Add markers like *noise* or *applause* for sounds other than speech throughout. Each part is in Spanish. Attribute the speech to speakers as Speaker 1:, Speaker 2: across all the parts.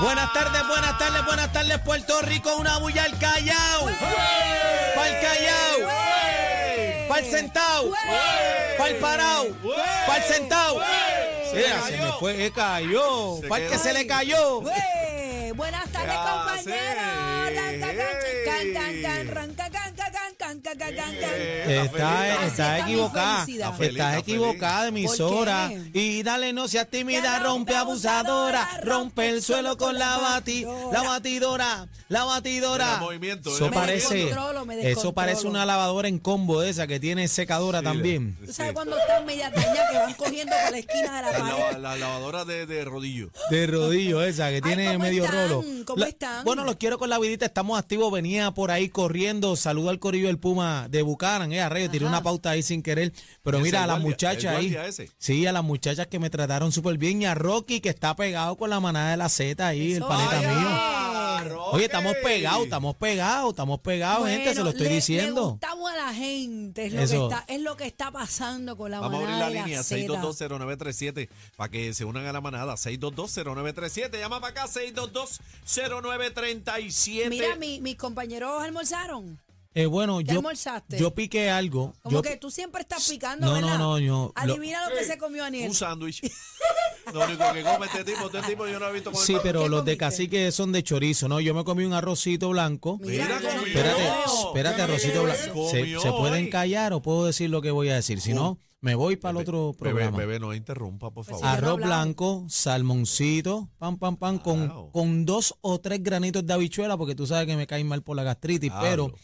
Speaker 1: Buenas tardes, buenas tardes, buenas tardes, Puerto Rico. Una bulla al Callao. Pa'l Callao. Pa'l Sentao. Pa'l Parao. Pa'l Sentao. Mira, se me fue, se cayó.
Speaker 2: Se
Speaker 1: Pa'l que
Speaker 2: quedó.
Speaker 1: se le cayó.
Speaker 3: ¡Güey! Buenas tardes,
Speaker 2: Ya
Speaker 3: compañeros.
Speaker 2: sé.
Speaker 3: Tan, tan, tan,
Speaker 2: Ey.
Speaker 3: can, tan, tan, ran, can, can, can, can, can, can, can, can.
Speaker 2: Eh. Está feliz.
Speaker 1: Estás
Speaker 3: Así está
Speaker 1: está
Speaker 3: mi
Speaker 1: equivocada.
Speaker 3: felicidad.
Speaker 1: Estás
Speaker 2: Está feliz, está
Speaker 1: equivocada,
Speaker 3: feliz.
Speaker 1: emisora.
Speaker 3: ¿Por qué?
Speaker 1: Y dale, no seas tímida,
Speaker 3: Ya
Speaker 1: rompe
Speaker 3: rompe
Speaker 1: abusadora.
Speaker 3: abusadora,
Speaker 1: Rompe el suelo con la bati,
Speaker 3: batidora.
Speaker 1: la batidora, la batidora.
Speaker 2: Era movimiento, eh.
Speaker 1: Eso
Speaker 2: era
Speaker 1: parece,
Speaker 3: movimiento. Me descontrolo, me
Speaker 1: eso
Speaker 3: descontrolo.
Speaker 1: parece una lavadora en combo de esa que tiene secadora
Speaker 2: eh.
Speaker 1: también.
Speaker 3: ¿Tú sabes cuando están medias dañadas que van cogiendo con la esquina de la
Speaker 2: La, lava-
Speaker 3: pared?
Speaker 2: la lavadora de, de rodillo.
Speaker 1: De rodillo esa que tiene
Speaker 3: ¿cómo
Speaker 1: medio
Speaker 3: están?
Speaker 1: rolo.
Speaker 3: ¿Cómo
Speaker 1: La-
Speaker 3: están?
Speaker 1: Bueno, los quiero con la vidita, estamos activos, venía por ahí corriendo, saludo al corillo del Puma de Bucaran, eh, Arrey, tiré una pauta ahí sin querer, pero
Speaker 2: Ese
Speaker 1: mira a las
Speaker 2: guardia,
Speaker 1: muchachas
Speaker 2: el
Speaker 1: ahí.
Speaker 2: guardia ese.
Speaker 1: Sí, a las muchachas que me trataron súper bien y a Rocky que está pegado con la manada de la Z ahí, el
Speaker 3: Eso.
Speaker 1: paleta
Speaker 3: Ay,
Speaker 1: mío. Oye, estamos pegados, estamos pegados, estamos pegados, gente, se lo
Speaker 3: Bueno,
Speaker 1: estoy
Speaker 3: le- Le
Speaker 1: diciendo.
Speaker 3: gustamos a la gente, es lo, que
Speaker 1: Eso.
Speaker 3: está, es lo que está pasando con la
Speaker 2: Vamos a abrir
Speaker 3: manada
Speaker 2: la
Speaker 3: de
Speaker 2: línea
Speaker 3: seda.
Speaker 2: 6220937 para que se unan a la manada. 6220937. Llama para acá 6220937.
Speaker 3: Mira, mi- mis compañeros almorzaron.
Speaker 1: Eh, bueno,
Speaker 3: ¿Qué
Speaker 1: yo,
Speaker 3: almorzaste?
Speaker 1: yo piqué algo.
Speaker 3: Como
Speaker 1: yo-
Speaker 3: que tú siempre estás picando,
Speaker 1: No, no,
Speaker 3: ¿verdad?
Speaker 1: no, yo- lo-
Speaker 3: Adivina lo que se comió Aniel.
Speaker 2: un sándwich. Lo único que come este tipo, este tipo yo no lo he visto comer
Speaker 1: Sí,
Speaker 2: más.
Speaker 1: pero
Speaker 3: ¿Qué
Speaker 1: los de
Speaker 3: comiste?
Speaker 1: cacique son de chorizo, ¿no? Yo me comí un arrocito blanco.
Speaker 2: Mira,
Speaker 3: Mira,
Speaker 2: comió.
Speaker 1: Espérate,
Speaker 2: No,
Speaker 1: espérate,
Speaker 2: ya me
Speaker 1: arrocito
Speaker 2: llegó.
Speaker 1: blanco. ¿Se,
Speaker 2: Comió
Speaker 1: se pueden
Speaker 2: hoy.
Speaker 1: callar o puedo decir lo que voy a decir? Si no, me voy para el otro
Speaker 2: Bebé,
Speaker 1: programa.
Speaker 2: bebé, no interrumpa, por favor.
Speaker 3: sí, ya no
Speaker 1: Arroz
Speaker 3: hablamos.
Speaker 1: blanco, salmoncito, pam, pam, pam, con,
Speaker 2: Wow.
Speaker 1: con dos o tres granitos de habichuela, porque tú sabes que me caen mal por la gastritis, pero
Speaker 2: Diablo.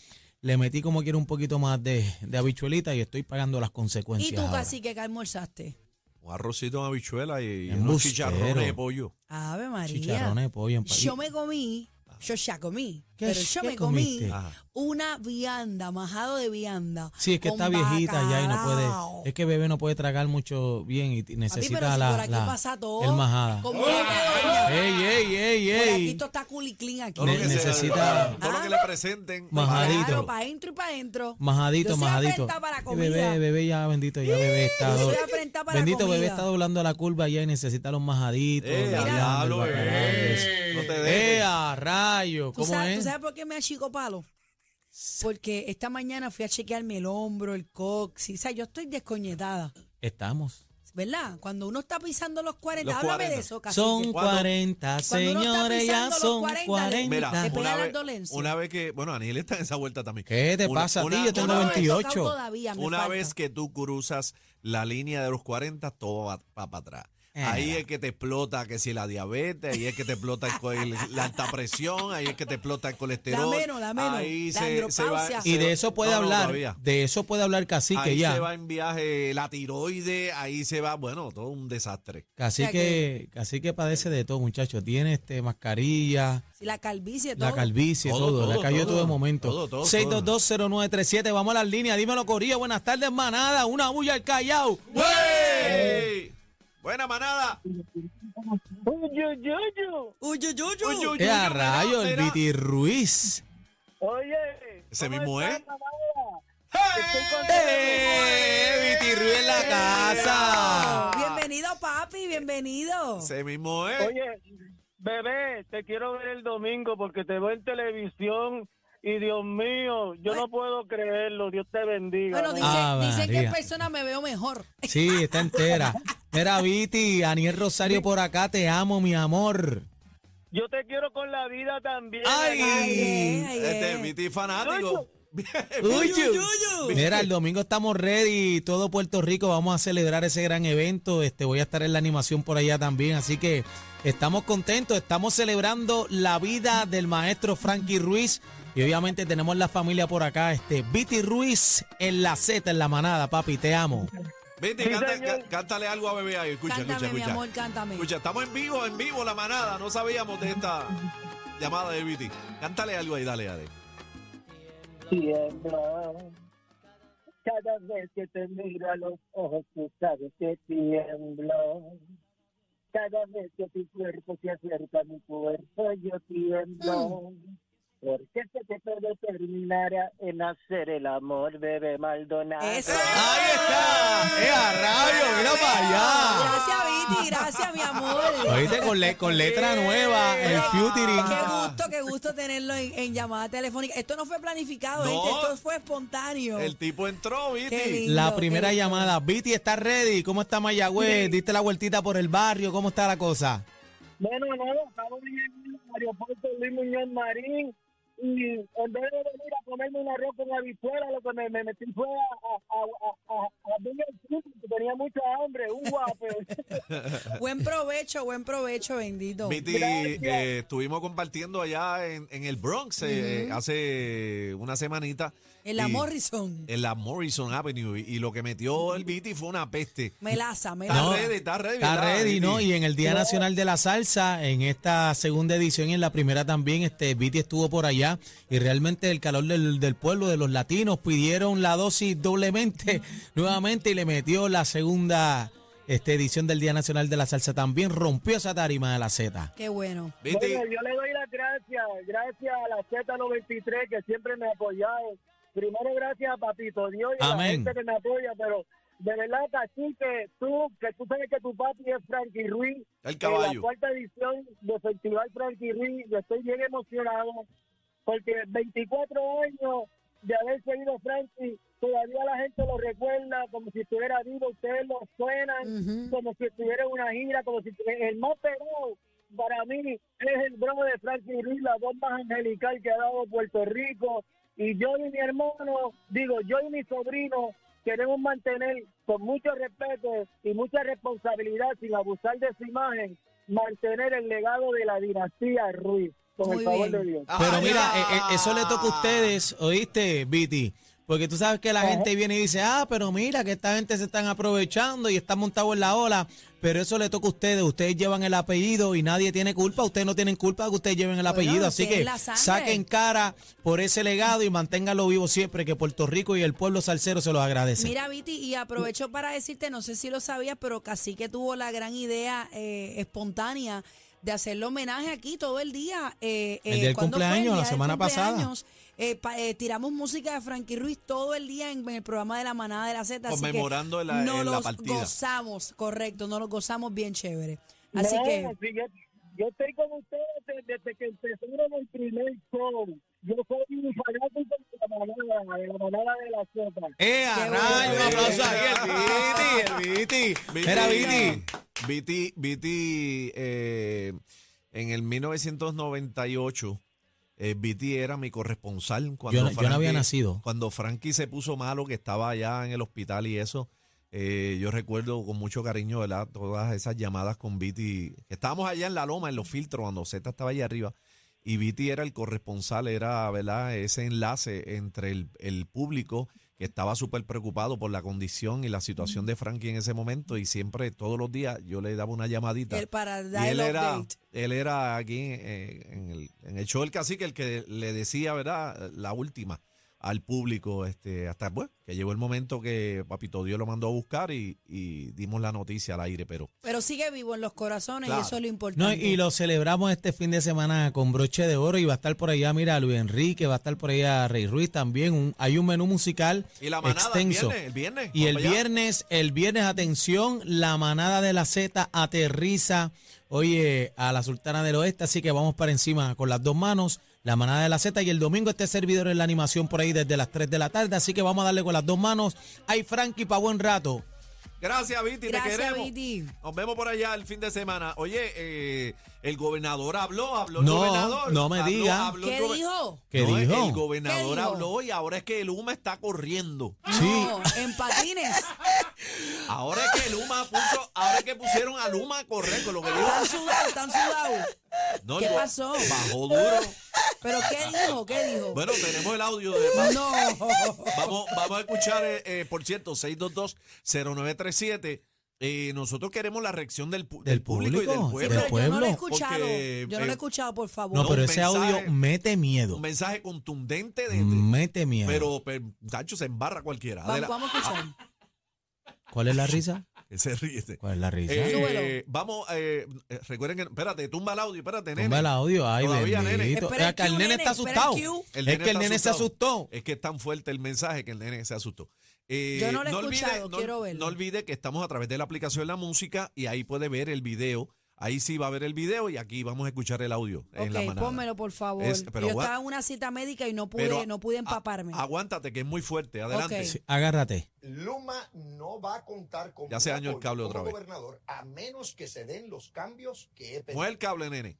Speaker 1: le metí como quiero un poquito más de, de habichuelita y estoy pagando las consecuencias.
Speaker 3: ¿Y tú,
Speaker 1: ahora.
Speaker 3: cacique, que almorzaste?
Speaker 2: Un arrocito en habichuela y, y unos
Speaker 1: Embustero.
Speaker 2: chicharrones de pollo.
Speaker 3: Ave María.
Speaker 1: Chicharrones de pollo en pa-
Speaker 3: Yo me comí, yo ya comí,
Speaker 1: ¿Qué-
Speaker 3: pero yo
Speaker 1: qué
Speaker 3: me comí
Speaker 1: comiste?
Speaker 2: Ajá.
Speaker 3: una vianda, majado de vianda.
Speaker 1: Sí, es que
Speaker 3: con
Speaker 1: está viejita ya y no
Speaker 3: bacalao.
Speaker 1: puede. Es que bebé no puede tragar mucho bien y t-
Speaker 3: Papi,
Speaker 1: necesita
Speaker 3: pero si
Speaker 1: la,
Speaker 3: por aquí
Speaker 1: la-
Speaker 3: pasa todo.
Speaker 1: el majada.
Speaker 3: Con boca de olla.
Speaker 1: ¡Ey, ey, ey,
Speaker 3: Por aquí
Speaker 1: ey!
Speaker 3: esto está culiclín aquí.
Speaker 2: Todo lo
Speaker 1: Ne-
Speaker 2: que sea,
Speaker 1: necesita-
Speaker 2: todo lo que le presenten.
Speaker 1: Majadito.
Speaker 3: Claro, para adentro y para adentro.
Speaker 1: Majadito,
Speaker 3: Yo soy
Speaker 1: majadito.
Speaker 3: afrenta para
Speaker 1: Eh,
Speaker 3: comida.
Speaker 1: bebé, bebé, ya bendito, ya bebé está.
Speaker 3: Yo soy
Speaker 1: do-
Speaker 3: afrenta para
Speaker 1: Bendito bebé
Speaker 3: comida.
Speaker 1: está doblando la curva ya y necesita los majaditos.
Speaker 2: Eh,
Speaker 1: la
Speaker 2: a
Speaker 1: vianda,
Speaker 2: diablo,
Speaker 1: el bacalao,
Speaker 2: bebé.
Speaker 1: eso.
Speaker 2: No te
Speaker 1: ¡Eh,
Speaker 2: dejes.
Speaker 1: a rayo!
Speaker 3: ¿Tú
Speaker 1: ¿Cómo
Speaker 3: sabes,
Speaker 1: es?
Speaker 3: tú sabes por qué me achico palo? Porque esta mañana fui a chequearme el hombro, el coxis. O sea, yo estoy descoñetada.
Speaker 1: Estamos.
Speaker 3: ¿Verdad? Cuando uno está pisando los 40,
Speaker 2: Los
Speaker 3: háblame
Speaker 2: 40.
Speaker 3: de eso, cacique.
Speaker 1: Son
Speaker 2: Cuando-
Speaker 1: 40,
Speaker 3: Cuando uno está
Speaker 1: señores, ya
Speaker 3: pisando los
Speaker 1: son
Speaker 3: 40,
Speaker 1: 40.
Speaker 2: Mira,
Speaker 3: Te pega
Speaker 2: una
Speaker 3: la
Speaker 2: vez,
Speaker 3: dolencia.
Speaker 2: una vez que, bueno, Aniel está en esa vuelta también.
Speaker 1: ¿Qué te
Speaker 2: Una-
Speaker 1: pasa a ti?
Speaker 2: una-
Speaker 1: Yo tengo
Speaker 2: una
Speaker 3: no
Speaker 2: vez-
Speaker 3: me he tocado
Speaker 1: 28.
Speaker 3: Todavía, me
Speaker 2: Una
Speaker 3: falta.
Speaker 2: vez que tú cruzas la línea de los 40, todo va para atrás.
Speaker 1: Eh,
Speaker 2: Ahí
Speaker 1: nada.
Speaker 2: es que te explota que si la diabetes, ahí es que te explota el co- el- la alta presión, ahí es que te explota el colesterol.
Speaker 3: La menos, la menos,
Speaker 2: Ahí
Speaker 3: la
Speaker 2: se, se va,
Speaker 3: andropausia.
Speaker 2: se
Speaker 1: Y
Speaker 2: va-
Speaker 1: de eso puede
Speaker 2: no, no,
Speaker 1: hablar.
Speaker 2: todavía.
Speaker 1: de eso puede hablar Cacique
Speaker 2: ahí
Speaker 1: ya.
Speaker 2: se va en viaje la tiroides, ahí se va, bueno, todo un desastre.
Speaker 1: Casi
Speaker 3: O sea
Speaker 1: que, casi que padece de todo, muchachos. Tiene este mascarilla,
Speaker 3: Si la calvicie, todo.
Speaker 1: la calvicie,
Speaker 2: Todo,
Speaker 1: todo. la
Speaker 2: todo,
Speaker 1: cayó
Speaker 2: todo.
Speaker 1: todo de momento.
Speaker 2: Todo, todo,
Speaker 1: 6220937, vamos a las líneas. Dímelo, Corillo. Buenas tardes, manada. Una bulla al Callao.
Speaker 2: ¡Wey! Buena manada.
Speaker 4: Uyuyuyu.
Speaker 3: Uy, uy, uy, uy.
Speaker 2: Uy, uy,
Speaker 1: ¡Eh, a
Speaker 2: uy, mira,
Speaker 1: rayo! El
Speaker 2: mira.
Speaker 1: Viti Ruiz.
Speaker 4: Oye.
Speaker 2: Ese
Speaker 4: ¿cómo
Speaker 2: mismo ¿eh?
Speaker 4: está
Speaker 2: es.
Speaker 4: la manada? Estoy contento.
Speaker 1: ¡Eh! Viti Ruiz en la casa.
Speaker 3: Bienvenido, papi, bienvenido.
Speaker 2: Ese mismo ¿eh? es.
Speaker 4: Oye, bebé, te quiero ver el domingo porque te veo en televisión y Dios mío, yo no puedo creerlo. Dios te bendiga.
Speaker 3: Bueno,
Speaker 4: ¿no?
Speaker 3: dice,
Speaker 1: Ah,
Speaker 3: dicen que
Speaker 1: María.
Speaker 3: en persona me veo
Speaker 2: *laughs*
Speaker 3: mejor.
Speaker 1: Sí, está entera. Mira, Viti, Aniel Rosario por acá. Te amo, mi amor.
Speaker 4: Yo te quiero con la vida también.
Speaker 3: Ay,
Speaker 1: ¡Ay!
Speaker 3: eh, ay,
Speaker 2: Este
Speaker 3: eh.
Speaker 2: es Viti fanático.
Speaker 1: Uy,
Speaker 3: Uy, uy, uy.
Speaker 1: Mira, el domingo estamos ready, todo Puerto Rico, vamos a celebrar ese gran evento. Este, voy a estar en la animación por allá también, así que estamos contentos, estamos celebrando la vida del maestro Frankie Ruiz y obviamente tenemos la familia por acá, este Viti Ruiz en la Z, en la manada, papi, te amo.
Speaker 2: *laughs* Viti,
Speaker 4: Sí,
Speaker 2: canta-
Speaker 4: señor.
Speaker 2: ca- cántale algo a bebé ahí. Escucha,
Speaker 3: cántame,
Speaker 2: escucha,
Speaker 3: mi
Speaker 2: escucha.
Speaker 3: amor, cántame.
Speaker 2: Escucha, estamos en vivo, en vivo la manada. No sabíamos de esta llamada de Viti. Cántale algo ahí, dale, dale.
Speaker 4: Tiembla. Cada vez que te miro a los ojos, tú sabes que tiemblo. Cada vez que tu cuerpo se acerca a mi cuerpo, yo tiemblo. Porque se te puede terminar en hacer el amor, bebé Maldonado.
Speaker 3: Eso.
Speaker 1: Ahí está, ¡Eh, a rayo, mira para allá.
Speaker 3: Gracias, Andy, gracias, mi amor.
Speaker 1: Oíste, con, le- con letra nueva, el featuring.
Speaker 3: Qué gusto, qué gusto tenerlo en, en llamada telefónica. Esto no fue planificado,
Speaker 2: No.
Speaker 3: gente, esto fue espontáneo.
Speaker 2: El tipo entró,
Speaker 3: Qué
Speaker 2: Viti.
Speaker 3: lindo.
Speaker 1: La primera
Speaker 3: qué lindo.
Speaker 1: llamada. Viti, ¿estás ready? ¿Cómo está Mayagüez? ¿Diste la vueltita por el barrio? ¿Cómo está la cosa?
Speaker 4: Bueno, no, estamos llegando al aeropuerto Luis Muñoz Marín y en vez de venir a comerme un arroz con habichuela, lo que me, me metí fue a, a, a, a, a, a abrirme el fruto, que tenía mucha hambre, pues. un guapo.
Speaker 3: Buen provecho, buen provecho, bendito.
Speaker 2: Viti, eh, estuvimos compartiendo allá en, en el Bronx eh, hace una semanita.
Speaker 3: En la
Speaker 2: y- eh,
Speaker 3: Morrison.
Speaker 2: En la Morrison Avenue. Y, y lo que metió el Viti fue una peste.
Speaker 3: Melaza, melaza.
Speaker 2: Está ready, está ready.
Speaker 1: Está
Speaker 2: ¿verdad,
Speaker 1: ready,
Speaker 2: Viti?
Speaker 1: ¿no? Y en el Día Nacional de la Salsa, en esta segunda edición y en la primera también, este Viti estuvo por allá y realmente el calor del, del pueblo, de los latinos, pidieron la dosis doblemente nuevamente y le metió la segunda este, edición del Día Nacional de la Salsa también, rompió esa tarima de la Z.
Speaker 3: Qué bueno.
Speaker 2: Viti,
Speaker 4: Bueno, yo le doy las gracias, gracias a la Z93 que siempre me ha apoyado. Primero gracias a Papito Dios y a la
Speaker 1: Amén.
Speaker 4: gente que me apoya, pero de verdad, Cacique, tú, que tú sabes que tu papi es Frankie Ruiz,
Speaker 2: el
Speaker 4: En la
Speaker 2: caballo.
Speaker 4: cuarta edición de Festival Frankie Ruiz, yo estoy bien emocionado porque 24 años de haber seguido Frankie, todavía la gente lo recuerda como si estuviera vivo, ustedes lo suenan
Speaker 3: Ujú.
Speaker 4: como si estuviera en una gira, como si estuviera- el más pegado para mí es el broma de Frankie Ruiz, la voz más angelical que ha dado Puerto Rico. Y yo y mi hermano, digo, yo y mi sobrino queremos mantener con mucho respeto y mucha responsabilidad, sin abusar de su imagen, mantener el legado de la dinastía Ruiz, con
Speaker 3: Muy
Speaker 4: el favor
Speaker 3: bien.
Speaker 4: de Dios.
Speaker 1: Pero
Speaker 2: ¡Ay,
Speaker 1: mira,
Speaker 2: ya!
Speaker 1: eh, eh, eso le toca a ustedes, ¿oíste, Viti? Porque tú sabes que la gente viene y dice, ah, pero mira que esta gente se están aprovechando y están montados en la ola. Pero eso le toca a ustedes. Ustedes llevan el apellido y nadie tiene culpa. Ustedes no tienen culpa de que ustedes lleven el
Speaker 3: Bueno,
Speaker 1: apellido. Así
Speaker 3: ustedes
Speaker 1: que
Speaker 3: la sangre.
Speaker 1: saquen cara por ese legado y manténganlo vivo siempre, que Puerto Rico y el pueblo salsero se los agradece.
Speaker 3: Mira, Viti, y aprovecho para decirte, no sé si lo sabías, pero Cacique tuvo la gran idea eh, espontánea de hacerle homenaje aquí todo el día. eh,
Speaker 1: El
Speaker 3: eh,
Speaker 1: día del
Speaker 3: ¿cuándo fue? El
Speaker 1: cumpleaños,
Speaker 3: día
Speaker 1: la
Speaker 3: del
Speaker 1: semana pasada.
Speaker 3: cumpleaños. Eh, pa- eh, tiramos música de Frankie Ruiz todo el día en, en el programa de la manada de la Z. así que
Speaker 2: Conmemorando la-
Speaker 3: nos
Speaker 2: eh, la
Speaker 3: los
Speaker 2: partida.
Speaker 3: gozamos, correcto, nos los gozamos bien chévere. Así
Speaker 4: No,
Speaker 3: que...
Speaker 4: sí, yo, yo estoy con ustedes desde, desde que empezaron el primer show. Yo soy un fanático de la manada, de la manada de la sopa.
Speaker 1: ¡Eh, a
Speaker 3: Qué bueno.
Speaker 1: rayos! Un aplauso ahí, el Viti, el Viti. Mira, Viti.
Speaker 2: Viti, Viti, eh, en el 1998, eh, Viti era mi corresponsal. Cuando
Speaker 1: Yo no- yo no había nacido.
Speaker 2: Cuando Frankie se puso malo, que estaba allá en el hospital y eso. eh, yo recuerdo con mucho cariño ¿verdad? todas esas llamadas con Viti. Estábamos allá en la loma, en los filtros, cuando Z estaba allá arriba. Y Viti era el corresponsal, era ¿verdad? ese enlace entre el, el público que estaba súper preocupado por la condición y la situación de Frankie en ese momento. Y siempre, todos los días, yo le daba una llamadita.
Speaker 3: el- eh, para
Speaker 2: Y
Speaker 3: dar
Speaker 2: él
Speaker 3: el
Speaker 2: era,
Speaker 3: update.
Speaker 2: él era aquí eh, en, el, en el show del cacique el que le decía, ¿verdad? La última al público, este, hasta bueno, que llegó el momento que Papito Dios lo mandó a buscar y, y dimos la noticia al aire, pero
Speaker 3: Pero sigue vivo en los corazones
Speaker 2: Claro.
Speaker 3: y eso es lo
Speaker 1: No,
Speaker 3: importante.
Speaker 1: y lo celebramos este fin de semana con broche de oro y va a estar por allá, mira, Luis Enrique, va a estar por allá Rey Ruiz también. un- hay un menú musical
Speaker 2: y la manada el
Speaker 1: extenso.
Speaker 2: viernes, el viernes,
Speaker 1: Y el
Speaker 2: vamos allá.
Speaker 1: viernes, el viernes, atención, la manada de la Z aterriza, oye, a la Sultana del Oeste, así que vamos para encima con las dos manos, la manada de la Z y el domingo este servidor en la animación por ahí desde las 3 de la tarde, así que vamos a darle con las dos manos. Hay Frankie para buen rato.
Speaker 2: Gracias, Viti, te
Speaker 3: Gracias,
Speaker 2: queremos.
Speaker 3: Viti.
Speaker 2: Nos vemos por allá el fin de semana. Oye, eh, el gobernador habló, habló el
Speaker 1: No,
Speaker 2: gobernador.
Speaker 1: no me
Speaker 2: Habló-
Speaker 1: diga.
Speaker 2: habló el
Speaker 3: ¿Qué
Speaker 2: gobe-
Speaker 3: dijo?
Speaker 1: ¿Qué
Speaker 2: No, el-
Speaker 1: dijo?
Speaker 2: El gobernador
Speaker 3: ¿Qué dijo?
Speaker 2: habló y ahora es que Luma está corriendo.
Speaker 1: Sí.
Speaker 3: No, en patines.
Speaker 2: Ahora es que Luma puso, ahora es que pusieron a Luma a correr con lo que dijo.
Speaker 3: Están sudados, están sudados.
Speaker 2: No,
Speaker 3: ¿Qué
Speaker 2: el go-
Speaker 3: pasó?
Speaker 2: Bajó duro.
Speaker 3: ¿Pero qué dijo? ¿Qué dijo?
Speaker 2: Ah, Bueno, tenemos el audio de
Speaker 3: no.
Speaker 2: Vamos, vamos a escuchar, eh, eh, por cierto, 622-0937. Eh, nosotros queremos la reacción del, pu-
Speaker 1: Del
Speaker 2: del público, y del
Speaker 1: público,
Speaker 2: pueblo.
Speaker 3: Pero
Speaker 1: del
Speaker 3: yo no lo he
Speaker 1: pueblo,
Speaker 3: escuchado.
Speaker 2: porque,
Speaker 3: yo no lo he
Speaker 2: eh,
Speaker 3: escuchado, por favor.
Speaker 1: No,
Speaker 2: No,
Speaker 1: pero
Speaker 2: un
Speaker 1: ese
Speaker 2: mensaje-
Speaker 1: audio mete miedo.
Speaker 2: Un mensaje contundente de... de-
Speaker 1: Mete miedo.
Speaker 2: *laughs* pero, pero, Sancho se embarra cualquiera.
Speaker 3: vamos,
Speaker 2: Adela- ah,
Speaker 3: vamos a escuchar.
Speaker 1: ¿Cuál es la risa?
Speaker 2: Ese ríete.
Speaker 1: ¿Cuál es la risa?
Speaker 2: Eh,
Speaker 3: Súbelo.
Speaker 2: vamos, eh, eh, recuerden que. Espérate, tumba el audio, espérate, nene.
Speaker 1: Tumba el audio, ay,
Speaker 2: Todavía, nene.
Speaker 1: bendito.
Speaker 3: Espera el
Speaker 1: Es que el
Speaker 3: cue,
Speaker 1: nene está
Speaker 3: nene, espera
Speaker 1: asustado.
Speaker 3: el cue.
Speaker 2: El
Speaker 1: Es
Speaker 2: nene
Speaker 1: que el
Speaker 2: está Eh.
Speaker 1: nene se asustó.
Speaker 2: Es que es tan fuerte el mensaje que el nene se asustó. Eh,
Speaker 3: Yo no lo he
Speaker 2: olvide-
Speaker 3: escuchado,
Speaker 2: no-
Speaker 3: quiero verlo.
Speaker 2: No olvide que estamos a través de la aplicación La Música y ahí puede ver el video. Ahí sí va a ver el video y aquí vamos a escuchar el audio en la
Speaker 3: Ok,
Speaker 2: manada.
Speaker 3: pónmelo, por favor.
Speaker 2: Es- pero
Speaker 3: Yo
Speaker 2: gua-
Speaker 3: estaba en una cita médica y no pude,
Speaker 2: Pero ah, a-
Speaker 3: no pude
Speaker 2: a-
Speaker 3: empaparme.
Speaker 2: aguántate, que es muy fuerte. Adelante.
Speaker 3: Ok.
Speaker 1: Sí, agárrate.
Speaker 5: Luma no va a contar con
Speaker 2: Ya se
Speaker 5: mi
Speaker 2: dañó el
Speaker 5: apoyo
Speaker 2: cable
Speaker 5: como
Speaker 2: otra vez.
Speaker 5: gobernador a menos que se den los cambios que he pedido.
Speaker 2: Mueve el cable, nene.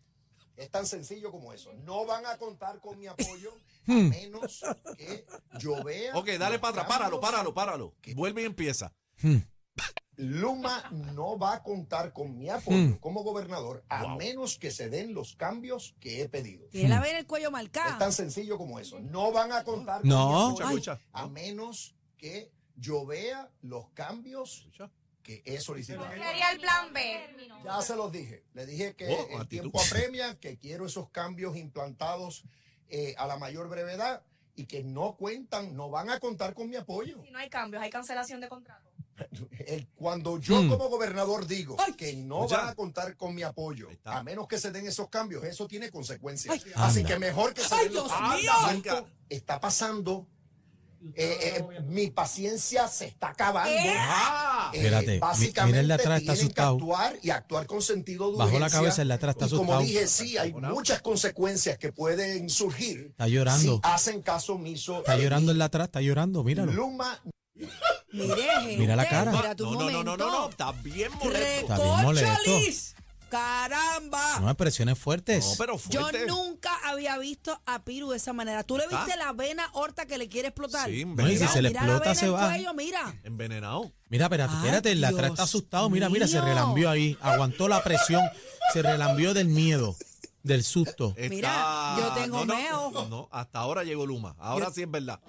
Speaker 5: Es tan sencillo como eso. No van a contar con mi apoyo a
Speaker 1: *laughs* Hmm.
Speaker 5: menos que yo vea.
Speaker 2: Ok, dale
Speaker 5: los
Speaker 2: para atrás. Páralo,
Speaker 5: cambios.
Speaker 2: páralo, páralo. Vuelve y empieza.
Speaker 1: Hmm.
Speaker 5: Luma no va a contar con mi apoyo
Speaker 1: Hmm.
Speaker 5: como gobernador a
Speaker 2: Wow.
Speaker 5: menos que se den los cambios que he pedido.
Speaker 3: Tiene la vena el cuello
Speaker 5: Es tan
Speaker 3: marcado.
Speaker 5: sencillo como eso. No van a contar con
Speaker 1: No.
Speaker 5: mi
Speaker 2: Escucha,
Speaker 5: apoyo
Speaker 3: Ay.
Speaker 2: escucha.
Speaker 5: a menos que yo vea los cambios
Speaker 2: Escucha.
Speaker 5: que he solicitado.
Speaker 6: sería el plan B?
Speaker 5: Ya se los dije. Le dije que
Speaker 2: Oh,
Speaker 5: el
Speaker 2: actitud.
Speaker 5: tiempo apremia, que quiero esos cambios implantados eh, a la mayor brevedad y que no cuentan, no van a contar con mi apoyo.
Speaker 6: Si no hay cambios, hay cancelación de contrato.
Speaker 5: El- cuando yo
Speaker 1: Mm.
Speaker 5: como gobernador digo
Speaker 3: Ay.
Speaker 5: que no
Speaker 2: Ya.
Speaker 5: van a contar con mi apoyo,
Speaker 2: Ahí está.
Speaker 5: a menos que se den esos cambios, eso tiene consecuencias.
Speaker 3: Ay.
Speaker 5: Así
Speaker 1: Anda.
Speaker 5: que mejor que se
Speaker 3: Ay,
Speaker 5: den los
Speaker 3: Dios
Speaker 5: cambios.
Speaker 2: mío.
Speaker 5: Esto Está pasando. Eh, eh, mi paciencia se está acabando.
Speaker 2: Ah,
Speaker 5: Eh,
Speaker 1: Espérate, mi- mira
Speaker 5: básicamente
Speaker 1: el de atrás, está
Speaker 5: tienen que
Speaker 1: asustado.
Speaker 5: actuar y actuar con sentido de
Speaker 1: Bajó la
Speaker 5: urgencia.
Speaker 1: cabeza, el de atrás está
Speaker 5: Y como
Speaker 1: asustado.
Speaker 5: dije, sí, hay
Speaker 2: Bravo.
Speaker 5: muchas consecuencias que pueden surgir
Speaker 1: Está llorando.
Speaker 5: si hacen caso omiso.
Speaker 1: Está
Speaker 5: de
Speaker 1: llorando
Speaker 5: mí.
Speaker 1: en la atrás, está llorando, míralo.
Speaker 5: Luma
Speaker 3: Mire,
Speaker 1: Mira la
Speaker 3: gente,
Speaker 1: cara.
Speaker 3: Mira tu
Speaker 2: no, no, no, no,
Speaker 3: momento.
Speaker 2: no, no, está bien molesto.
Speaker 1: Está bien molesto.
Speaker 3: ¡Recorcholis! ¡Caramba!
Speaker 1: No, expresiones fuertes.
Speaker 2: No, pero
Speaker 3: Yo
Speaker 2: fuerte.
Speaker 3: nunca había visto a Piru de esa manera. ¿Tú le
Speaker 2: ¿Está?
Speaker 3: viste la vena horta que le quiere explotar?
Speaker 2: Sí,
Speaker 1: No, y si
Speaker 2: envenenado.
Speaker 1: se le
Speaker 3: mira
Speaker 1: explota,
Speaker 3: la vena
Speaker 1: se
Speaker 3: el
Speaker 1: va.
Speaker 3: cuello, mira.
Speaker 2: Envenenado.
Speaker 1: Mira, espérate,
Speaker 3: Ay,
Speaker 1: espérate, el de atrás está
Speaker 3: Dios
Speaker 1: asustado. Mira, mira, se
Speaker 3: mío.
Speaker 1: relambió ahí. Aguantó la presión. Se relambió del miedo, del susto.
Speaker 2: Eh.
Speaker 3: Mira,
Speaker 2: Está-
Speaker 3: yo
Speaker 2: no,
Speaker 3: tengo
Speaker 2: no,
Speaker 3: meo.
Speaker 2: No, hasta ahora llegó Luma. Ahora sí es verdad.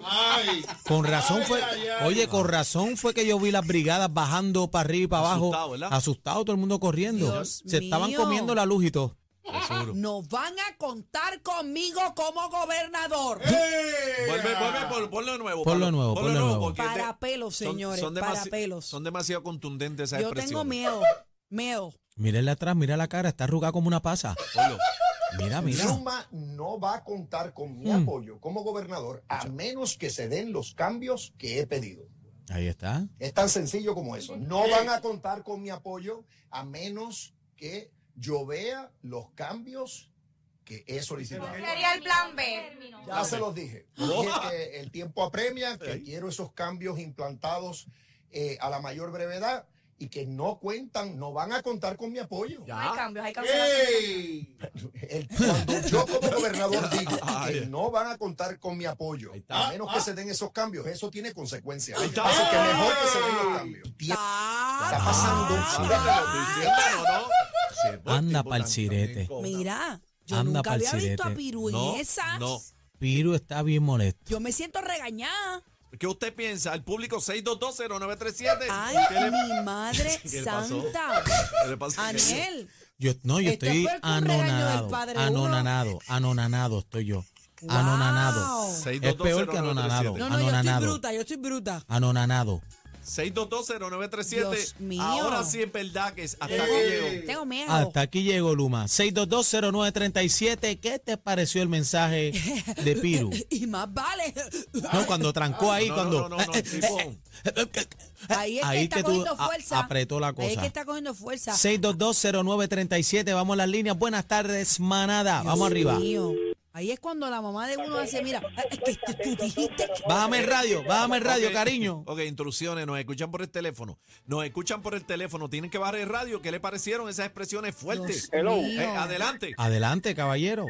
Speaker 1: Con razón fue, oye, con razón fue que yo vi las brigadas bajando para arriba y para abajo.
Speaker 2: Asustado, ¿verdad?
Speaker 1: Asustado, todo el mundo corriendo.
Speaker 3: Dios
Speaker 1: se estaban
Speaker 3: mío.
Speaker 1: comiendo la luz y todo.
Speaker 2: Seguro.
Speaker 3: No van a contar conmigo como gobernador.
Speaker 2: Eh, Vuelve, vuelve, pon- ponlo de nuevo.
Speaker 1: Ponlo
Speaker 2: Pablo,
Speaker 1: de nuevo, ponlo de nuevo.
Speaker 2: porque es de-
Speaker 3: Para pelos,
Speaker 2: son-
Speaker 3: señores,
Speaker 2: son
Speaker 3: para
Speaker 2: demasi-
Speaker 3: pelos.
Speaker 2: Son demasiado contundentes esas
Speaker 3: Yo
Speaker 2: expresiones.
Speaker 3: tengo miedo, miedo.
Speaker 1: Mira el de atrás, mira la cara, está arrugada como una pasa.
Speaker 2: Ponlo.
Speaker 1: Mira, mira.
Speaker 5: Luma no va a contar con mi
Speaker 1: Mm.
Speaker 5: apoyo como gobernador a menos que se den los cambios que he pedido.
Speaker 1: Ahí está.
Speaker 5: Es tan sencillo como eso. No van a contar con mi apoyo a menos que yo vea los cambios que he solicitado.
Speaker 6: Sería el plan B.
Speaker 5: Ya se los dije.
Speaker 2: Oh.
Speaker 5: Dije que el tiempo apremia, que quiero esos cambios implantados eh, a la mayor brevedad y que no cuentan, no van a contar con mi apoyo.
Speaker 6: No
Speaker 2: Ah.
Speaker 6: hay cambios, hay cancelación. de contrato.
Speaker 5: El- cuando yo
Speaker 2: *laughs*
Speaker 5: como gobernador digo
Speaker 2: Ay.
Speaker 5: que no van a contar con mi apoyo,
Speaker 2: Ah, Ahí está.
Speaker 5: a menos que se den esos cambios, eso tiene consecuencias. Así que
Speaker 2: está.
Speaker 5: mejor que se den los cambios.
Speaker 3: Ah,
Speaker 5: Está pasando.
Speaker 2: Ah,
Speaker 5: Ah.
Speaker 2: diciéndolo, ¿no? Sí, es buen
Speaker 1: Anda
Speaker 2: tipo
Speaker 1: pa'l
Speaker 2: tan-
Speaker 1: sirete.
Speaker 2: también cobra.
Speaker 3: mira, yo
Speaker 1: Anda
Speaker 3: nunca
Speaker 1: pa'l
Speaker 3: había visto a
Speaker 1: sirete.
Speaker 3: Piru
Speaker 2: No,
Speaker 3: en esas.
Speaker 2: no.
Speaker 1: Piru está bien molesto.
Speaker 3: Yo me siento regañada.
Speaker 2: ¿Qué usted piensa? El público 6220937.
Speaker 3: Ay,
Speaker 2: ¿Qué le-
Speaker 3: mi madre
Speaker 2: *laughs* ¿Qué le pasó? *laughs*
Speaker 3: santa.
Speaker 2: ¿Qué le pasa?
Speaker 3: Anel.
Speaker 1: Yo, no, yo
Speaker 3: Esto
Speaker 1: estoy
Speaker 3: Este fue el regaño del
Speaker 1: anonadado.
Speaker 3: padre uno.
Speaker 1: Anonanado, anonanado estoy yo.
Speaker 3: Wow.
Speaker 1: Anonanado. Es peor
Speaker 2: 6220937.
Speaker 1: que anonanado.
Speaker 3: No, no, yo
Speaker 1: Anonanado.
Speaker 3: estoy bruta, yo estoy bruta.
Speaker 1: Anonanado.
Speaker 3: Dios
Speaker 2: 6220937.
Speaker 3: mío. Eh.
Speaker 2: Ahora sí es verdad que es hasta aquí llegó.
Speaker 3: Tengo miedo.
Speaker 1: Hasta aquí llegó Luma. 6220937. ¿Qué te pareció el mensaje de
Speaker 3: *laughs*
Speaker 1: Piru?
Speaker 3: Y más vale. *laughs*
Speaker 1: No, cuando trancó ahí,
Speaker 2: No,
Speaker 1: cuando.
Speaker 2: No, no, no, no, el tipo.
Speaker 3: Ahí es que
Speaker 1: Ahí
Speaker 3: está
Speaker 1: que tú
Speaker 3: cogiendo
Speaker 1: a-
Speaker 3: fuerza.
Speaker 1: apretó la
Speaker 3: Ahí es
Speaker 1: cosa.
Speaker 3: que está cogiendo fuerza.
Speaker 1: 6220937. Vamos a las líneas. Buenas tardes, manada. Ah, Vamos arriba.
Speaker 3: Mío. Ahí es cuando la mamá de uno hace, mira, "Ah, es que tú dijiste que...
Speaker 1: Bájame el radio, bájame el radio,
Speaker 2: Ok.
Speaker 1: cariño.
Speaker 2: *laughs* Ok, instrucciones, nos escuchan por el teléfono. Nos escuchan por el teléfono, tienen que bajar el radio. ¿Qué le parecieron esas expresiones fuertes?
Speaker 3: Dios Hello. mío.
Speaker 2: Eh, adelante.
Speaker 1: Adelante, caballero.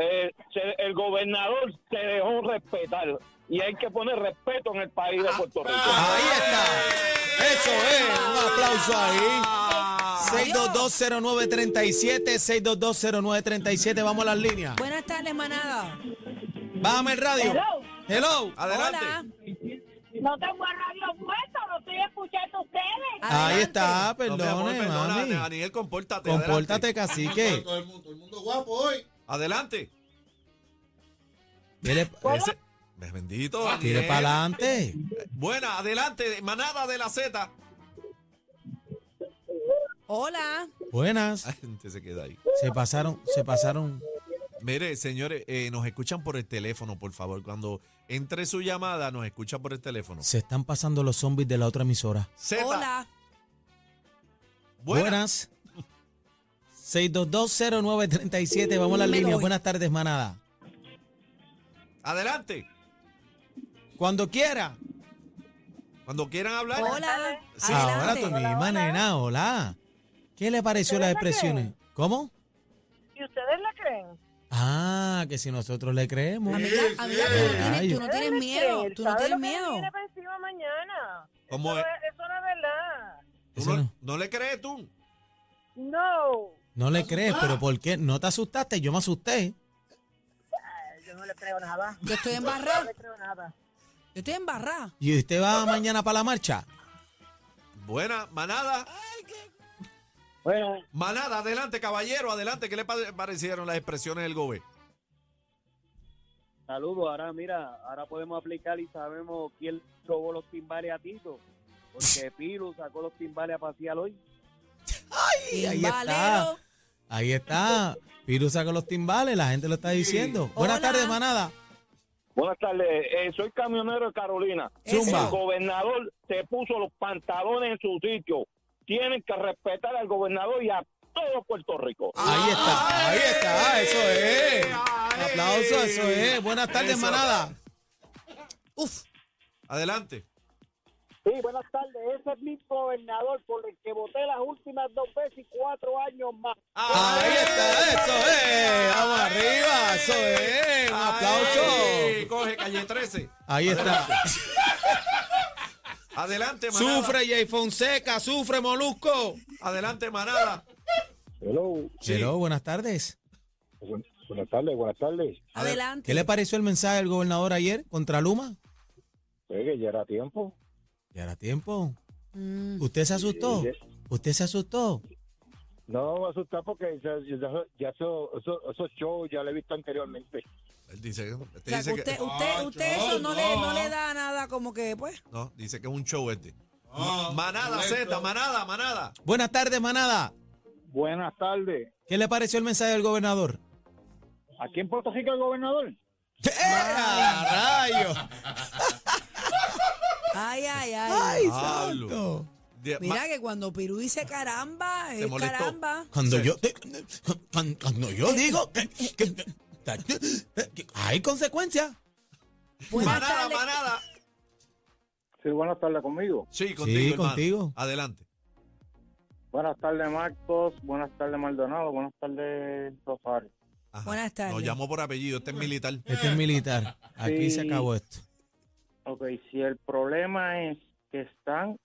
Speaker 7: Eh, se- el gobernador se dejó respetar y hay que poner respeto en el país de Puerto Rico.
Speaker 4: Ah.
Speaker 1: Ahí está.
Speaker 2: ¡Eh!
Speaker 1: Eso es.
Speaker 2: ¡Ah!
Speaker 1: Un aplauso ahí. 6220937, 6220937. Vamos a las líneas.
Speaker 3: Buenas tardes, manada.
Speaker 1: Bájame el radio. Hello.
Speaker 2: Adelante.
Speaker 3: Hola.
Speaker 8: No tengo el radio puesto, lo estoy escuchando a ustedes.
Speaker 1: Ahí
Speaker 3: Adelante.
Speaker 2: No,
Speaker 1: está,
Speaker 2: mi amor,
Speaker 1: perdone,
Speaker 2: perdona,
Speaker 1: mami.
Speaker 2: Daniel, compórtate.
Speaker 1: Compórtate, cacique.
Speaker 2: Adelante.
Speaker 1: Dele- eh,
Speaker 2: adelante. Ese- Bendito.
Speaker 1: Tire
Speaker 2: Daniel.
Speaker 1: para adelante.
Speaker 2: Buena, adelante. Manada de la Z.
Speaker 3: Hola.
Speaker 1: Buenas.
Speaker 2: La gente se queda ahí.
Speaker 1: Se pasaron, se pasaron.
Speaker 2: Mire, señores, eh, nos escuchan por el teléfono, por favor. Cuando entre su llamada, nos escucha por el teléfono.
Speaker 1: Se están pasando los zombies de la otra emisora.
Speaker 2: Z,
Speaker 3: Hola.
Speaker 2: buenas.
Speaker 1: Buenas. 6220937, vamos a las
Speaker 3: Me
Speaker 1: líneas.
Speaker 3: voy.
Speaker 1: Buenas tardes, manada.
Speaker 2: Adelante.
Speaker 1: Cuando quiera.
Speaker 2: Cuando quieran hablar.
Speaker 3: Hola.
Speaker 2: Sí.
Speaker 1: Ahora
Speaker 3: Adelante.
Speaker 1: tu misma nena, hola. ¿Qué le pareció las expresiones? ¿Cómo?
Speaker 8: ¿Y ustedes la creen?
Speaker 1: Ah, que si nosotros le creemos.
Speaker 3: Amiga, amiga, Ah, tú no tienes- tú no
Speaker 8: ¿Ustedes
Speaker 3: tienes
Speaker 8: le
Speaker 3: miedo.
Speaker 8: creen?
Speaker 3: Tú no
Speaker 8: ¿Sabe lo
Speaker 3: tienes
Speaker 8: que
Speaker 3: miedo.
Speaker 8: viene para encima mañana?
Speaker 2: ¿Cómo
Speaker 8: Eso
Speaker 2: es?
Speaker 8: no- Eso no es verdad.
Speaker 2: ¿Tú
Speaker 1: Eso
Speaker 2: no,
Speaker 1: no.
Speaker 2: no le crees tú?
Speaker 8: No.
Speaker 1: No le crees, pero ¿por qué? ¿No te asustaste? Yo me asusté.
Speaker 8: Yo no le creo nada.
Speaker 3: Yo estoy embarrada.
Speaker 8: No le creo nada.
Speaker 3: Yo estoy embarrada.
Speaker 1: ¿Y
Speaker 2: *laughs*
Speaker 1: usted va mañana para la marcha?
Speaker 2: Buena, manada.
Speaker 4: Bueno,
Speaker 2: Manada, adelante, caballero, adelante. ¿Qué le pa- parecieron las expresiones del gobe?
Speaker 4: Saludos, ahora mira, ahora podemos aplicar y sabemos quién robó los timbales a Tito, porque Piru sacó los timbales a pasear hoy.
Speaker 1: Sí, ahí
Speaker 3: Timbalero.
Speaker 1: está. Ahí está. Piru saca los timbales, la gente lo está diciendo. Buenas
Speaker 3: Hola.
Speaker 1: tardes, manada.
Speaker 7: Buenas tardes, eh, soy camionero de Carolina.
Speaker 3: Eso.
Speaker 1: Zumba.
Speaker 7: El gobernador se puso los pantalones en su sitio. Tienen que respetar al gobernador y a todo Puerto Rico.
Speaker 1: Ahí está, ahí está, Ah, eso es.
Speaker 2: ¡Ay!
Speaker 1: Aplauso, eso es. Buenas tardes,
Speaker 2: Eso.
Speaker 1: manada.
Speaker 3: Uf.
Speaker 2: Adelante.
Speaker 4: Sí, buenas tardes, ese es mi gobernador por el que voté las últimas dos veces y cuatro años más.
Speaker 2: Ah.
Speaker 1: Ahí está, eso es. Vamos arriba, eso es. Un
Speaker 2: ¡Ay!
Speaker 1: aplauso.
Speaker 2: Coge calle 13. *laughs*
Speaker 1: Ahí está.
Speaker 2: Adelante, manada.
Speaker 1: Sufre Jay Fonseca, sufre Molusco.
Speaker 2: Adelante, manada.
Speaker 9: Hello,
Speaker 2: Sí.
Speaker 1: Hello, buenas tardes.
Speaker 9: Bu- buenas tardes, buenas tardes.
Speaker 3: Adelante.
Speaker 1: ¿Qué le pareció el mensaje del gobernador ayer contra Luma?
Speaker 9: Oye, ya era tiempo.
Speaker 1: Ya era tiempo.
Speaker 3: Mm.
Speaker 1: ¿Usted se asustó?
Speaker 9: Sí,
Speaker 1: ¿Usted se asustó?
Speaker 9: No me voy a asustar porque ya, ya- ya eso- eso- esos shows ya lo he visto anteriormente.
Speaker 2: Él dice, él
Speaker 3: O sea,
Speaker 2: dice
Speaker 3: que usted,
Speaker 2: que,
Speaker 3: usted, usted eso no, le, no le da nada como que, pues.
Speaker 2: no, dice que es un show este. manada, Z, manada, manada.
Speaker 1: Buenas tardes, manada.
Speaker 9: Buenas tardes.
Speaker 1: ¿Qué le pareció el mensaje del gobernador?
Speaker 9: ¿Aquí en Puerto Rico el gobernador?
Speaker 1: ¡Eh, a rayo!
Speaker 3: Ay, ay, ay.
Speaker 1: ¡Ay,
Speaker 2: Pablo.
Speaker 1: santo!
Speaker 2: De-
Speaker 3: Mira
Speaker 2: ma-
Speaker 3: que cuando Pirú dice caramba,
Speaker 2: Te
Speaker 3: es
Speaker 2: molestó.
Speaker 3: caramba.
Speaker 1: Cuando
Speaker 2: Sí.
Speaker 1: yo te- cuando, cuando yo digo que, que- que hay consecuencias.
Speaker 3: Pues, Buenas
Speaker 2: manada,
Speaker 3: tardes.
Speaker 2: manada.
Speaker 9: Sí, buenas tardes conmigo.
Speaker 2: Sí, contigo, hermano.
Speaker 1: contigo.
Speaker 2: Adelante.
Speaker 9: Buenas tardes, Marcos. Buenas tardes, Maldonado. Buenas tardes, Rosario.
Speaker 2: Ajá.
Speaker 3: Buenas tardes.
Speaker 2: Nos llamó por apellido, este es militar.
Speaker 1: Este es militar. Aquí
Speaker 9: Sí.
Speaker 1: se acabó esto.
Speaker 9: Ok, si el problema es que están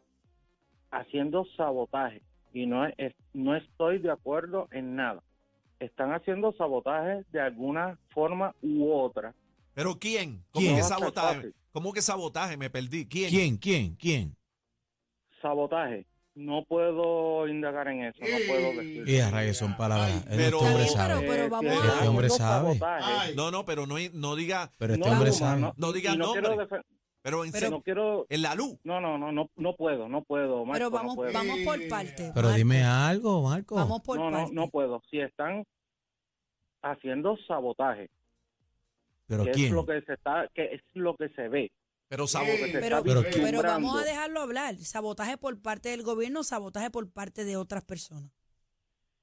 Speaker 9: haciendo sabotaje y no, es- no estoy de acuerdo en nada. Están haciendo sabotaje de alguna forma u otra.
Speaker 2: ¿Pero quién? ¿Cómo
Speaker 1: ¿Quién?
Speaker 2: que
Speaker 9: No va a estar
Speaker 2: sabotaje?
Speaker 9: fácil.
Speaker 2: ¿Cómo que sabotaje? Me perdí. ¿Quién?
Speaker 1: ¿Quién? ¿Quién? ¿Quién?
Speaker 9: Sabotaje. No puedo indagar en eso, no
Speaker 2: Eh,
Speaker 9: puedo decir.
Speaker 1: Y a rayos son palabras.
Speaker 2: Ay,
Speaker 1: este
Speaker 2: pero-
Speaker 1: hombre
Speaker 3: Está bien,
Speaker 1: sabe.
Speaker 3: pero- vamos
Speaker 9: que
Speaker 3: a-
Speaker 9: están
Speaker 1: Este hombre
Speaker 9: haciendo
Speaker 1: sabe.
Speaker 9: sabotaje.
Speaker 2: No, no, pero no, no diga,
Speaker 1: Pero este
Speaker 9: No,
Speaker 1: hombre
Speaker 9: no,
Speaker 1: sabe.
Speaker 9: no,
Speaker 2: no diga
Speaker 9: y no
Speaker 2: nombre.
Speaker 9: quiero, defen-
Speaker 2: Pero en,
Speaker 3: Pero-
Speaker 2: sen-
Speaker 9: no quiero
Speaker 2: en la luz.
Speaker 9: no, no, no, no, no puedo, no puedo, Marco,
Speaker 3: Pero
Speaker 9: no
Speaker 3: vamos,
Speaker 9: puedo.
Speaker 3: vamos por partes.
Speaker 1: Pero
Speaker 3: Marco.
Speaker 1: dime algo, Marco.
Speaker 3: Vamos por
Speaker 9: no, no,
Speaker 3: partes.
Speaker 9: no puedo. Si están haciendo sabotaje,
Speaker 1: ¿Pero
Speaker 9: que es
Speaker 1: quién?
Speaker 9: lo que se está, que es lo que se ve.
Speaker 2: Pero sabotaje.
Speaker 9: que se
Speaker 3: Pero,
Speaker 9: está
Speaker 1: Pero-
Speaker 3: pero vamos
Speaker 9: vislumbrando.
Speaker 3: a dejarlo hablar. Sabotaje por parte del gobierno, sabotaje por parte de otras personas.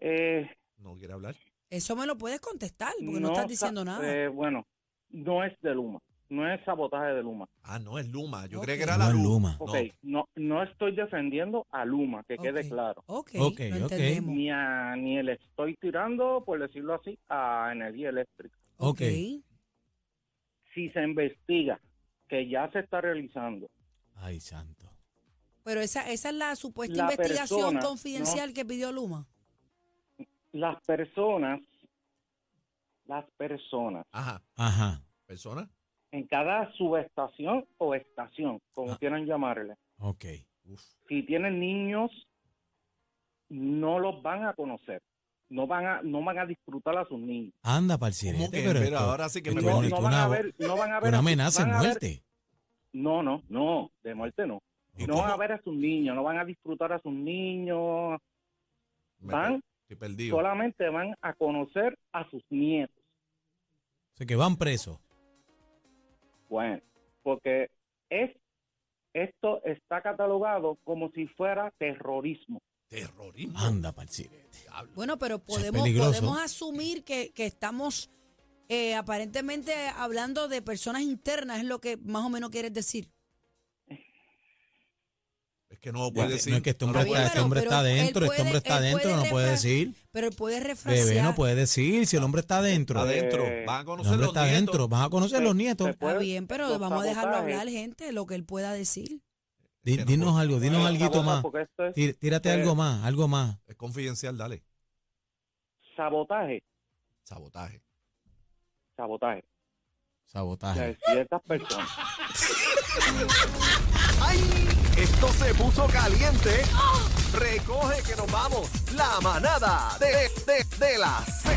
Speaker 9: Eh,
Speaker 2: No quiere hablar.
Speaker 3: Eso me lo puedes contestar, porque no,
Speaker 9: no
Speaker 3: estás
Speaker 9: sa-
Speaker 3: diciendo nada.
Speaker 9: eh, bueno, no es de Luma, no es sabotaje de Luma.
Speaker 2: Ah, no, es Luma. Yo
Speaker 3: Ok.
Speaker 2: creía que era
Speaker 1: No
Speaker 2: la
Speaker 1: es
Speaker 2: luz.
Speaker 1: Luma.
Speaker 9: Ok, no, no estoy defendiendo a Luma, que
Speaker 3: Ok.
Speaker 9: quede claro.
Speaker 3: Ok,
Speaker 1: ok,
Speaker 3: lo
Speaker 1: ok.
Speaker 3: entendemos.
Speaker 9: Ni, a, ni le estoy tirando, por decirlo así, a energía eléctrica.
Speaker 1: Ok.
Speaker 9: Si se investiga, que ya se está realizando,
Speaker 1: Ay, santo.
Speaker 3: Pero esa, esa es la supuesta
Speaker 9: La
Speaker 3: investigación
Speaker 9: persona,
Speaker 3: confidencial que pidió Luma.
Speaker 9: las personas, las personas,
Speaker 2: Ajá.
Speaker 1: Ajá.
Speaker 2: ¿Persona?
Speaker 9: en cada subestación o estación, como
Speaker 1: Ah.
Speaker 9: quieran llamarle,
Speaker 1: Ok.
Speaker 2: Uf.
Speaker 9: si tienen niños, no los van a conocer. No van a, no van a disfrutar a sus niños.
Speaker 1: Anda, parcial.
Speaker 2: ¿Cómo que? Pero ahora sí que me
Speaker 1: este, esto
Speaker 9: No,
Speaker 1: es
Speaker 9: no
Speaker 1: una-
Speaker 9: van a ver, no van a ver.
Speaker 1: Una
Speaker 9: a-
Speaker 1: amenaza
Speaker 9: van
Speaker 1: de
Speaker 9: a ver-
Speaker 1: muerte.
Speaker 9: no, no, no, de muerte no.
Speaker 2: ¿Y
Speaker 9: No van
Speaker 2: cómo?
Speaker 9: a ver a sus niños, no van a disfrutar a sus niños.
Speaker 2: Me
Speaker 9: Van
Speaker 2: per- Estoy perdido. O
Speaker 9: solamente van a conocer a sus nietos.
Speaker 1: sea, que van presos.
Speaker 9: Bueno, porque es esto está catalogado como si fuera terrorismo.
Speaker 2: Terrorismo.
Speaker 1: Anda, parcire.
Speaker 3: Bueno, pero
Speaker 1: Eso es
Speaker 3: podemos,
Speaker 1: peligroso.
Speaker 3: podemos asumir que, que estamos eh, aparentemente hablando de personas internas, es lo que más o menos quieres decir.
Speaker 2: Es que no puede
Speaker 1: no
Speaker 2: decir.
Speaker 1: es que este
Speaker 2: no lo
Speaker 1: hombre,
Speaker 3: Está
Speaker 1: está,
Speaker 3: bien,
Speaker 1: este
Speaker 3: pero-
Speaker 1: hombre está
Speaker 3: pero él
Speaker 1: adentro, este
Speaker 3: puede-
Speaker 1: hombre está
Speaker 3: él puede
Speaker 1: adentro, no puede
Speaker 3: refra-
Speaker 1: decir.
Speaker 3: Pero puedes refrasear.
Speaker 1: Bebé no puede decir si el hombre está adentro.
Speaker 2: Está adentro.
Speaker 9: Eh,
Speaker 2: Van a
Speaker 1: El
Speaker 2: conocer
Speaker 1: hombre
Speaker 2: los
Speaker 1: está
Speaker 2: nietos.
Speaker 1: adentro. Vas a conocer
Speaker 9: Se-
Speaker 1: los nietos.
Speaker 9: se
Speaker 3: Está
Speaker 9: puede-
Speaker 3: bien, pero
Speaker 9: los
Speaker 3: vamos a dejarlo
Speaker 9: sabotajes.
Speaker 3: hablar, gente, lo que él pueda decir.
Speaker 1: Di-
Speaker 2: que no
Speaker 1: dinos
Speaker 2: puede-
Speaker 1: algo, dinos
Speaker 9: Bueno,
Speaker 1: algo
Speaker 9: sabotaje,
Speaker 1: más.
Speaker 9: porque esto es
Speaker 1: Tí- Tírate
Speaker 9: se-
Speaker 1: algo más, algo más.
Speaker 2: Es confidencial, dale.
Speaker 9: sabotaje,
Speaker 2: Sabotaje.
Speaker 9: sabotaje de
Speaker 1: Sabotaje.
Speaker 9: ciertas personas.
Speaker 10: ¡Ay! Esto se puso caliente. Recoge que nos vamos. La manada de, de, de la Z.